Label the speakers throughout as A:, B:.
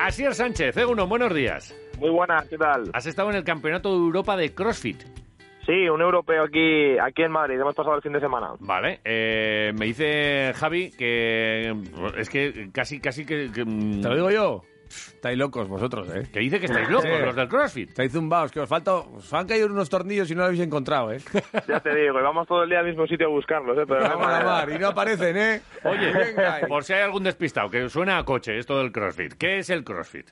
A: Asier Sánchez, Eguno, buenos días.
B: Muy buenas, ¿qué tal?
A: Has estado en el Campeonato de Europa de CrossFit.
B: Sí, un europeo aquí, aquí en Madrid, hemos pasado el fin de semana.
A: Vale, eh, me dice Javi que es que casi, casi que... que, mm,
C: Te lo digo yo. Estáis locos vosotros, ¿eh?
A: que dice que estáis locos,
C: Sí.
A: los del CrossFit.
C: Estáis zumbados, que os falta... Os han caído unos tornillos y no lo habéis encontrado, ¿eh?
B: Ya te digo, y vamos todo el día al mismo sitio a buscarlos, ¿eh? Pero no hay
C: Vamos a la
B: manera.
C: mar, y no aparecen, ¿eh?
A: Oye,
C: Venga, ahí.
A: por si hay algún despistado, que suena a coche esto del CrossFit. ¿Qué es el CrossFit?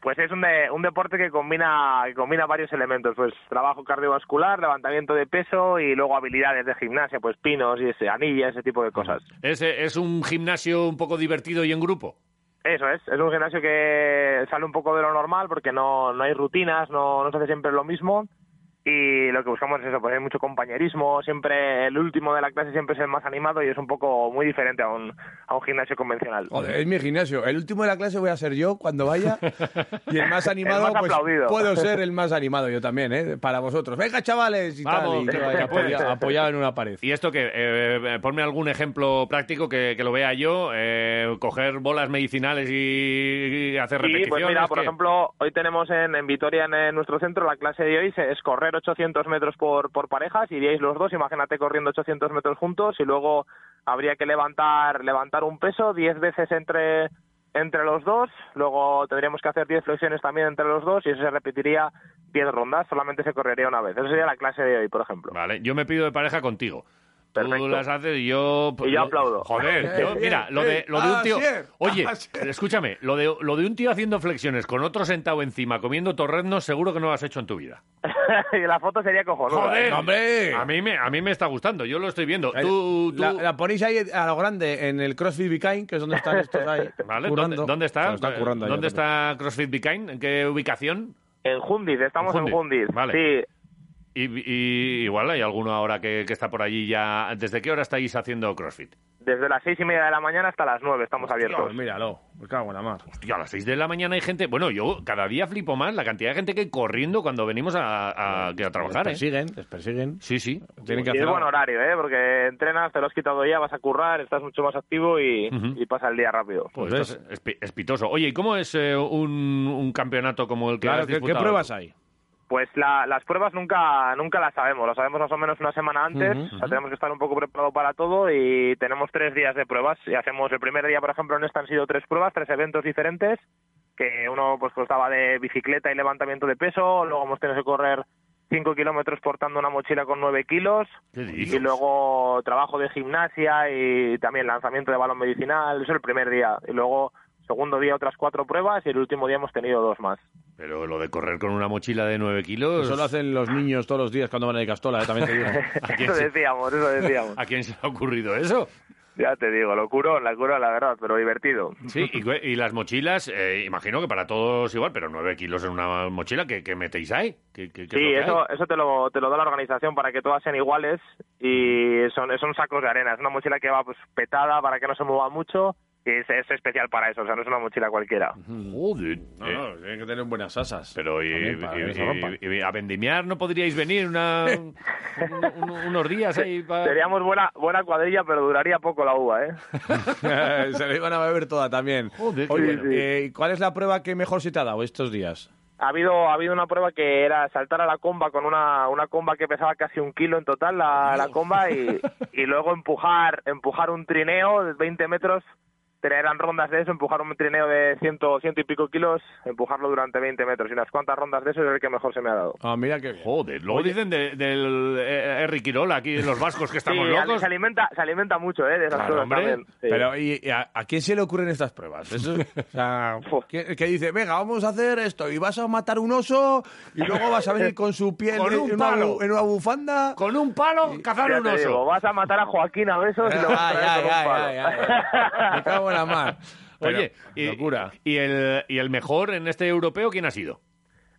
B: Pues es un, de- un deporte que combina, que combina varios elementos, pues trabajo cardiovascular, levantamiento de peso y luego habilidades de gimnasia, pues pinos y ese, anillas, ese tipo de cosas.
A: ¿Es, eh, es un gimnasio un poco divertido y en grupo?
B: Eso es, es un gimnasio que sale un poco de lo normal porque no, no hay rutinas, no, no se hace siempre lo mismo y lo que buscamos es eso, pues hay mucho compañerismo, siempre el último de la clase siempre es el más animado y es un poco muy diferente a un, a un gimnasio convencional.
C: Joder, es mi gimnasio. El último de la clase voy a ser yo cuando vaya. Y el más animado,
B: El más
C: pues
B: aplaudido.
C: puedo ser el más animado yo también, ¿eh? Para vosotros. Venga, chavales, y
A: Vamos,
C: tal. Y yo ahí
A: que
C: apoya-
A: puedes.
C: apoyado en una pared.
A: ¿Y esto que eh, ponme algún ejemplo práctico que, que lo vea yo. eh, coger bolas medicinales y, y hacer
B: Sí,
A: repeticiones.
B: pues mira, por
A: ¿qué?
B: ejemplo, hoy tenemos en, en Vitoria, en, eh, nuestro centro, la clase de hoy se- es correr 800 metros por, por parejas, iríais los dos, imagínate corriendo 800 metros juntos y luego habría que levantar, levantar un peso 10 veces entre, entre los dos, luego tendríamos que hacer 10 flexiones también entre los dos y eso se repetiría 10 rondas, solamente se correría una vez. Esa sería la clase de hoy, por ejemplo.
A: Vale, yo me pido de pareja contigo. Tú
B: Perfecto.
A: las haces y yo...
B: Y yo aplaudo.
A: Joder, yo-
C: Bien,
A: mira, lo
C: bien.
A: de, lo de un tío...
C: Asier,
A: Oye,
C: Asier.
A: escúchame, lo de, lo de un tío haciendo flexiones con otro sentado encima comiendo torreznos seguro que no lo has hecho en tu vida.
B: y la foto sería cojonuda. ¿eh?
A: Joder,
C: no, hombre.
A: A mí me, a mí me está gustando, yo lo estoy viendo.
C: Ahí-
A: Tú, tú-
C: La, la ponéis ahí a lo grande en el CrossFit Bikind, que es donde están estos ahí.
A: ¿Vale?
C: currando.
A: ¿Dónde, dónde
C: Se
A: está? Eh,
C: lo están currando ahí,
A: ¿Dónde
C: yo también.
A: está CrossFit Bikind? ¿En qué ubicación?
B: En Jundiz, estamos en
A: Jundiz,
B: Jundiz.
A: vale.
B: Sí,
A: Y, y igual hay alguno ahora que, que está por allí ya. ¿Desde qué hora estáis haciendo CrossFit?
B: desde las seis y media de la mañana hasta las nueve estamos abiertos.
C: Dios, míralo. Me Pues cago en la mar.
A: Tío, a las 6 de la mañana hay gente. Bueno, yo cada día flipo más la cantidad de gente que hay corriendo cuando venimos a, a- que a trabajar,
C: les
A: ¿eh?
C: persiguen, les persiguen.
A: Sí, sí.
C: Tienen que
B: Y
C: hacer
B: es buen
C: algo.
B: horario, ¿eh? Porque entrenas, te lo has quitado ya, vas a currar, estás mucho más activo y,
A: Ujú.
B: y pasa el día rápido.
A: Pues
C: ves.
A: esto es espi- espitoso. Oye, ¿y cómo es eh, un, un campeonato como el que
C: Claro,
A: has
C: ¿qué, qué
A: disputado?
C: pruebas hay?
B: Pues la- las pruebas nunca nunca las sabemos, lo sabemos más o menos una semana antes,
C: Ujú,
B: o sea, tenemos que estar un poco preparados para todo y tenemos tres días de pruebas. Y hacemos el primer día, por ejemplo, en esta han sido tres pruebas, tres eventos diferentes, que uno pues constaba de bicicleta y levantamiento de peso, luego hemos tenido que correr cinco kilómetros portando una mochila con nueve kilos,
A: ¿Qué
B: y
A: dices?
B: luego trabajo de gimnasia y también lanzamiento de balón medicinal, eso el primer día. Y luego, segundo día, otras cuatro pruebas y el último día hemos tenido dos más.
A: Pero lo de correr con una mochila de 9 kilos.
C: Eso lo hacen los niños todos los días cuando van a Castola, ¿eh? también te digo.
A: ¿a, quién
B: Eso
A: se,
B: decíamos, eso decíamos.
A: a quién se le ha ocurrido eso?
B: ya te digo, locurón, la cura, la verdad, pero divertido.
A: Sí, y, cu- y las mochilas, eh, imagino que para todos igual, pero 9 kilos en una mochila, ¿qué, qué metéis ahí? ¿Qué, qué- qué es
B: Sí,
A: lo que hay?
B: eso, eso te, lo, te lo da la organización para que todas sean iguales y son, son sacos de arena. Es una mochila que va pues, petada para que no se mueva mucho y es, es especial para eso, o sea, no es una mochila cualquiera.
A: Joder.
C: Mm. No,
A: eh,
C: no, tienen que tener buenas asas.
A: Pero y,
C: También para
A: y-
C: ver esa
A: y-
C: ropa.
A: y- y a vendimiar no podríais venir una, un- un- unos días ahí para...
B: Seríamos buena, buena cuadrilla, pero duraría poco la uva, ¿eh?
C: Se la iban a beber toda también.
A: Joder, qué
C: Oye,
A: bueno.
C: eh, ¿cuál es la prueba que mejor se te ha dado estos días?
B: Ha habido, ha habido una prueba que era saltar a la comba con una, una comba que pesaba casi un kilo en total, la, la comba, y, y luego empujar, empujar un trineo de 20 metros, pero eran rondas de eso, empujar un trineo de ciento, ciento y pico kilos, empujarlo durante 20 metros, y unas cuantas rondas de eso es el que mejor se me ha dado.
C: Ah, mira qué bien.
A: Joder, luego dicen de- del eh, Erri Quirola aquí, los vascos, que estamos
B: Sí, al-
A: locos.
B: se alimenta, se alimenta mucho, ¿eh? De esas
A: Claro,
B: cosas
A: hombre,
B: también. sí.
C: Pero, ¿y y a, a quién se le ocurren estas pruebas? Eso, o sea,
B: Fu.
C: que, que dice, venga, vamos a hacer esto, y vas a matar un oso, y luego vas a venir con su piel
A: Con
C: en,
A: un
C: una,
A: palo.
C: bu- en una bufanda.
A: Con un palo, cazar
B: Ya
A: un
B: te
A: oso.
B: digo, vas a matar a Joaquín a besos y lo vas a
C: Ay,
B: traer
C: ay,
B: con un
C: ay,
B: palo.
C: ay, ay. Me cago en la mar. Pero,
A: Oye, y,
C: locura.
A: y el, y el mejor en este europeo quién ha sido?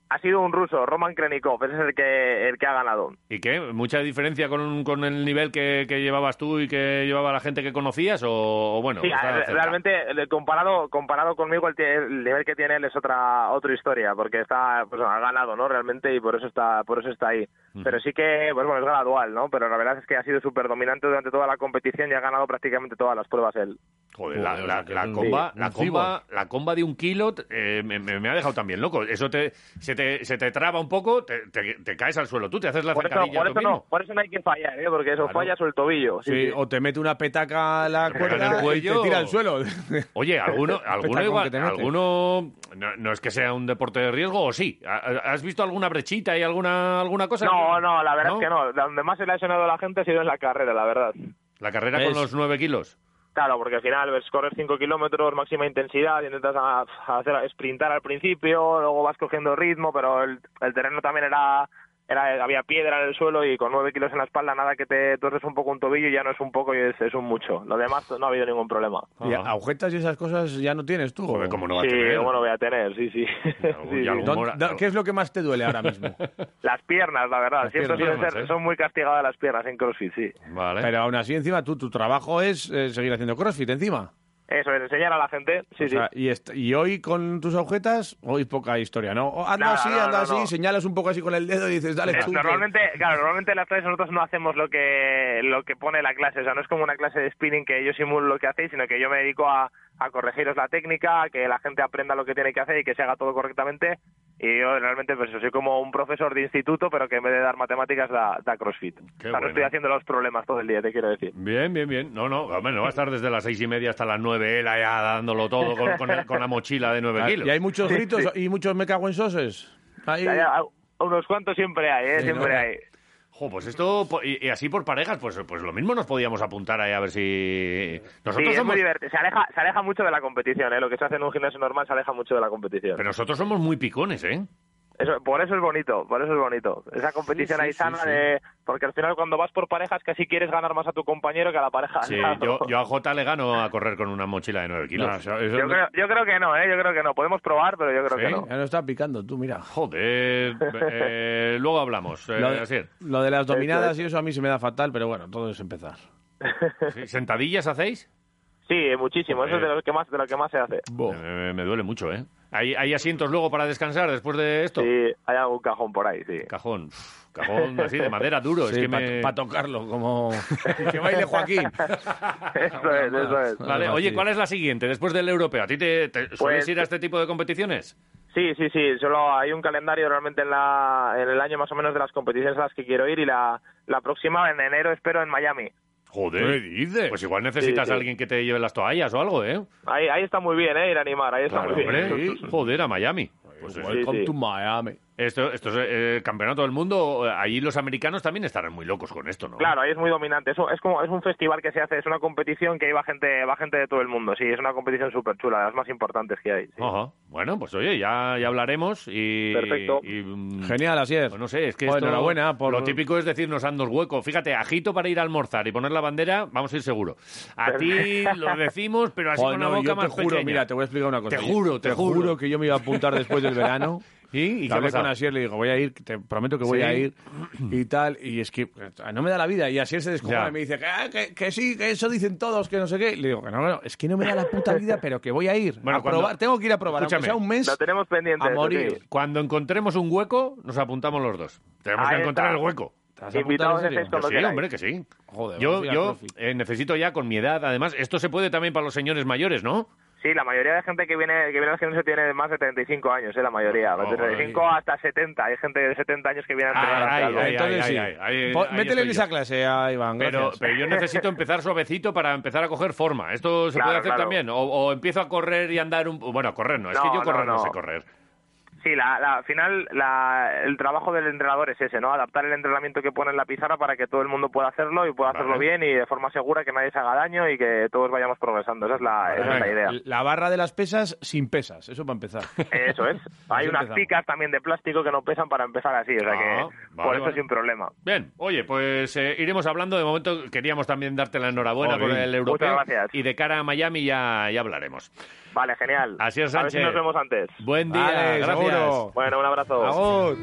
B: Ha sido un ruso, Roman Krenikov, ese es el que, el que ha ganado.
A: ¿Y qué? ¿Mucha diferencia con, con el nivel que, que llevabas tú y que llevaba la gente que conocías? ¿O, o bueno?
B: Sí,
A: está
B: re-
A: cerca?
B: realmente el- comparado comparado conmigo el, tie- el nivel que tiene él es otra otra historia porque está pues ha ganado no realmente y por eso está por eso está ahí pero sí que, pues bueno, es gradual, ¿no? Pero la verdad es que ha sido súper dominante durante toda la competición y ha ganado prácticamente todas las pruebas él.
A: Joder, la,
D: Joder,
A: la-
D: o sea, que
A: la
D: es un-
A: comba,
D: sí,
A: la,
D: un
A: comba, la comba de un kilo eh, me, me- me ha dejado también loco. Eso te, se, te, se te traba un poco, te, te- te caes al suelo. Tú te haces la
B: Por eso,
A: zancadilla
B: por
A: tú
B: eso
A: mismo.
B: no, por eso no hay que fallar, ¿eh? Porque eso
A: Claro.
B: falla sobre el tobillo. sí,
C: Sí,
B: sí.
C: o te mete una petaca a la
A: Te pega en el
C: cuerda y te
A: cuello.
C: tira al suelo.
A: Oye, alguno, alguno
C: Petacón
A: igual-
C: que te mete.
A: alguno, no, no es que sea un deporte de riesgo, o sí. ¿Ha- ¿Has visto alguna brechita y alguna, alguna cosa?
B: No, no, la verdad
A: ¿No?
B: es que no. Donde más se le ha lesionado a la gente ha sido en la carrera, la verdad.
A: La carrera
C: ¿Ves?
A: con los nueve kilos.
B: Claro, porque al final ves correr 5 kilómetros, máxima intensidad, intentas a- a hacer a sprintar al principio, luego vas cogiendo ritmo, pero el, el terreno también era, era había piedra en el suelo y con 9 kilos en la espalda nada que te torces un poco un tobillo ya no es un poco y es, es un mucho. Lo demás no ha habido ningún problema.
C: Y
A: Ajá.
C: agujetas y esas cosas ya no tienes tú.
A: Joder, cómo no va
B: sí,
A: a tener.
B: bueno, voy a tener, sí, sí.
A: algún-
B: Sí,
A: y
B: sí.
A: algún-
C: ¿Dó-
A: Mora-
C: dó- ¿Qué es lo que más te duele ahora mismo?
B: ¿Eh? Las piernas, la verdad.
C: Las
B: Siempre
A: piernas,
B: suelen ser-
A: ¿eh?
B: son muy castigadas las piernas en CrossFit, sí.
A: Vale.
C: Pero aún así, encima, tú, tu trabajo es eh, seguir haciendo crossfit encima.
B: Eso es, enseñar a la gente. Sí,
C: O sea,
B: sí.
C: y, est- y hoy con tus agujetas, hoy poca historia, ¿no? O Anda
B: No,
C: así,
B: no,
C: anda
B: no,
C: así,
B: no.
C: señalas un poco así con el dedo y dices, dale,
B: Eh,
C: chute.
B: Normalmente, claro, normalmente en las clases nosotros no hacemos lo que lo que pone la clase, o sea, no es como una clase de spinning que yo simulo lo que hacéis, sino que yo me dedico a, a corregiros la técnica, a que la gente aprenda lo que tiene que hacer y que se haga todo correctamente. Y yo realmente pues, soy como un profesor de instituto, pero que en vez de dar matemáticas da, da CrossFit. O sea,
A: bueno.
B: no estoy haciendo los problemas todo el día, te quiero decir.
A: Bien, bien, bien. No, no, hombre, no va a estar desde las seis y media hasta las nueve, él allá dándolo todo con, con el- con la mochila de nueve
C: Ah,
A: kilos.
C: Y hay muchos gritos y muchos me cago en soses. Ahí-
B: Ya, ya, unos cuantos siempre hay, ¿eh?
C: Sí,
B: siempre
C: ¿no?
B: hay.
A: Jo, pues esto, po- y, y así por parejas, pues, pues lo mismo nos podíamos apuntar ahí a ver si...
B: Sí,
A: Nosotros
B: es
A: somos...
B: muy divertido. Se aleja, se aleja mucho de la competición, ¿eh? Lo que se hace en un gimnasio normal se aleja mucho de la competición.
A: Pero nosotros somos muy picones, ¿eh?
B: Eso, por eso es bonito, por eso es bonito. Esa competición
A: sí,
B: ahí
A: sí,
B: sana
A: sí.
B: de... Porque al final cuando vas por parejas casi quieres ganar más a tu compañero que a la pareja. al
A: Sí,
B: lado.
A: yo, yo a J le gano a correr con una mochila de nueve kilos.
C: No, eso- eso
B: Yo
C: no-
B: creo, yo creo que no, ¿eh? Yo creo que no. Podemos probar, pero yo creo
A: ¿Sí?
B: que no.
C: Ya no está picando, tú, mira.
A: Joder, eh, luego hablamos. eh,
C: Lo de,
A: Asier.
C: lo de las dominadas y eso a mí se me da fatal, pero bueno, todo es empezar.
A: Sí, ¿Sentadillas hacéis?
B: Sí, muchísimo. Eso es de lo que más, de lo que más se hace.
C: Bo.
A: Eh, me duele mucho, ¿eh? ¿Hay, hay asientos luego para descansar después de esto?
B: Sí, hay algún cajón por ahí, sí.
A: Cajón. Uf, Cajón así de madera duro. es que
C: para
A: me-
C: tocarlo, como que baile Joaquín.
B: Eso es, eso es.
A: Vale,
C: Algo
A: oye,
C: así.
A: ¿cuál es la siguiente después del europeo? ¿A ti te, te-
B: Pues
A: sueles ir a este tipo de competiciones?
B: Sí, sí, sí. Solo hay un calendario realmente en, la, en el año más o menos de las competiciones a las que quiero ir y la, la próxima en enero espero en Miami.
A: Joder, dices? Pues igual necesitas
B: Sí,
C: Eh,
B: sí.
A: a alguien que te lleve las toallas o algo, ¿eh?
B: Ahí, ahí está muy bien, ¿eh? Ir a animar, ahí está
A: Claro,
B: muy bien.
A: hombre. Joder, a Miami. Pues eso.
C: Welcome
B: sí.
C: to Miami.
A: esto, esto es eh, el campeonato del mundo. eh, Allí los americanos también estarán muy locos con esto, ¿no?
B: Claro, ahí es muy dominante. Es, un- es como es un festival que se hace, es una competición que ahí va gente, va gente de todo el mundo. Sí, es una competición súper chula, de las más importantes que hay. sí.
A: Ajá. Bueno, pues oye, ya, ya hablaremos y...
B: Perfecto.
A: y, mm,
C: Genial, así es.
A: pues no sé, es que
C: Joder,
A: esto-
C: enhorabuena por-
A: lo típico es decirnos ando hueco. Fíjate, ajito para ir a almorzar y poner la bandera, vamos a ir seguro. A ti lo decimos, pero así
C: Joder,
A: con la
C: no,
A: boca
C: yo te
A: más
C: juro,
A: pequeña.
C: mira, te voy a explicar una cosa.
A: Te juro, te juro.
C: que yo me iba a apuntar después del verano.
A: ¿Y, ¿Y qué ha
C: hablé con
A: pasado?
C: Asier, le digo, voy a ir, te prometo que voy
A: Sí.
C: a ir y tal. Y es que eh, no me da la vida. Y Asier se descompone
A: Ya.
C: y me dice, que, ah, que, que sí, que eso dicen todos, que no sé qué. Y le digo, que no, no, es que no me da la puta vida, pero que voy a ir.
A: Bueno,
C: a
A: cuando-
C: probar, tengo que ir a probar, aunque
A: Escúchame.
C: sea un mes.
B: Lo tenemos pendiente.
C: A
B: eso,
C: morir.
B: sí.
A: Cuando encontremos un hueco, nos apuntamos los dos. Tenemos
B: Ahí
A: que encontrar
B: está.
A: el hueco.
C: ¿Te vas a apuntar en
B: Invitados
C: serio?
A: Yo
B: estáis con Cuando
A: sí,
B: queráis.
A: hombre, que sí.
C: Joder,
A: yo
C: vamos a ir al
A: yo
C: CrossFit.
A: eh, necesito ya con mi edad, además, esto se puede también para los señores mayores, ¿no?
B: Sí, la mayoría de gente que viene, que viene al gimnasio tiene más de 35 años, ¿eh? La mayoría.
A: Oh,
B: de 35 hasta 70. Hay gente de 70 años que viene a
A: Ay,
B: entrenar. hacia
A: ay,
B: algo.
A: ay.
C: Entonces sí.
A: ay, ay,
C: Po-
A: ahí
C: Métele en
A: estoy
C: esa
A: yo.
C: clase a Iván.
A: Pero,
C: gracias.
A: pero yo necesito empezar suavecito para empezar a coger forma. ¿Esto se
B: Claro,
A: puede hacer
B: claro.
A: también? O, o empiezo a correr y andar un... Bueno, a correr no, es que
B: No,
A: yo
B: no,
A: correr no,
B: no.
A: sé correr.
B: Sí, la, la, al final la, el trabajo del entrenador es ese, ¿no? Adaptar el entrenamiento que pone en la pizarra para que todo el mundo pueda hacerlo y pueda
A: Vale.
B: hacerlo bien y de forma segura, que nadie se haga daño y que todos vayamos progresando. Esa es la, esa es la
A: venga.
B: idea.
C: La barra de las pesas sin pesas, eso para empezar.
B: Eso es. Hay
C: Así
B: unas
C: empezamos.
B: picas también de plástico que no pesan para empezar así, o sea
A: Ah,
B: que
A: vale,
B: por eso
A: vale.
B: sin problema.
A: Bien, oye, pues eh, iremos hablando. De momento queríamos también darte la enhorabuena
C: Jolín.
A: por el europeo.
B: Muchas gracias.
A: Y de cara a Miami ya, ya hablaremos.
B: Vale, genial.
A: Así es,
B: A ver si
A: Sánchez.
B: nos vemos antes.
A: Buen día,
C: Vale,
A: gracias.
C: seguro.
B: Bueno, un abrazo.
C: Agur.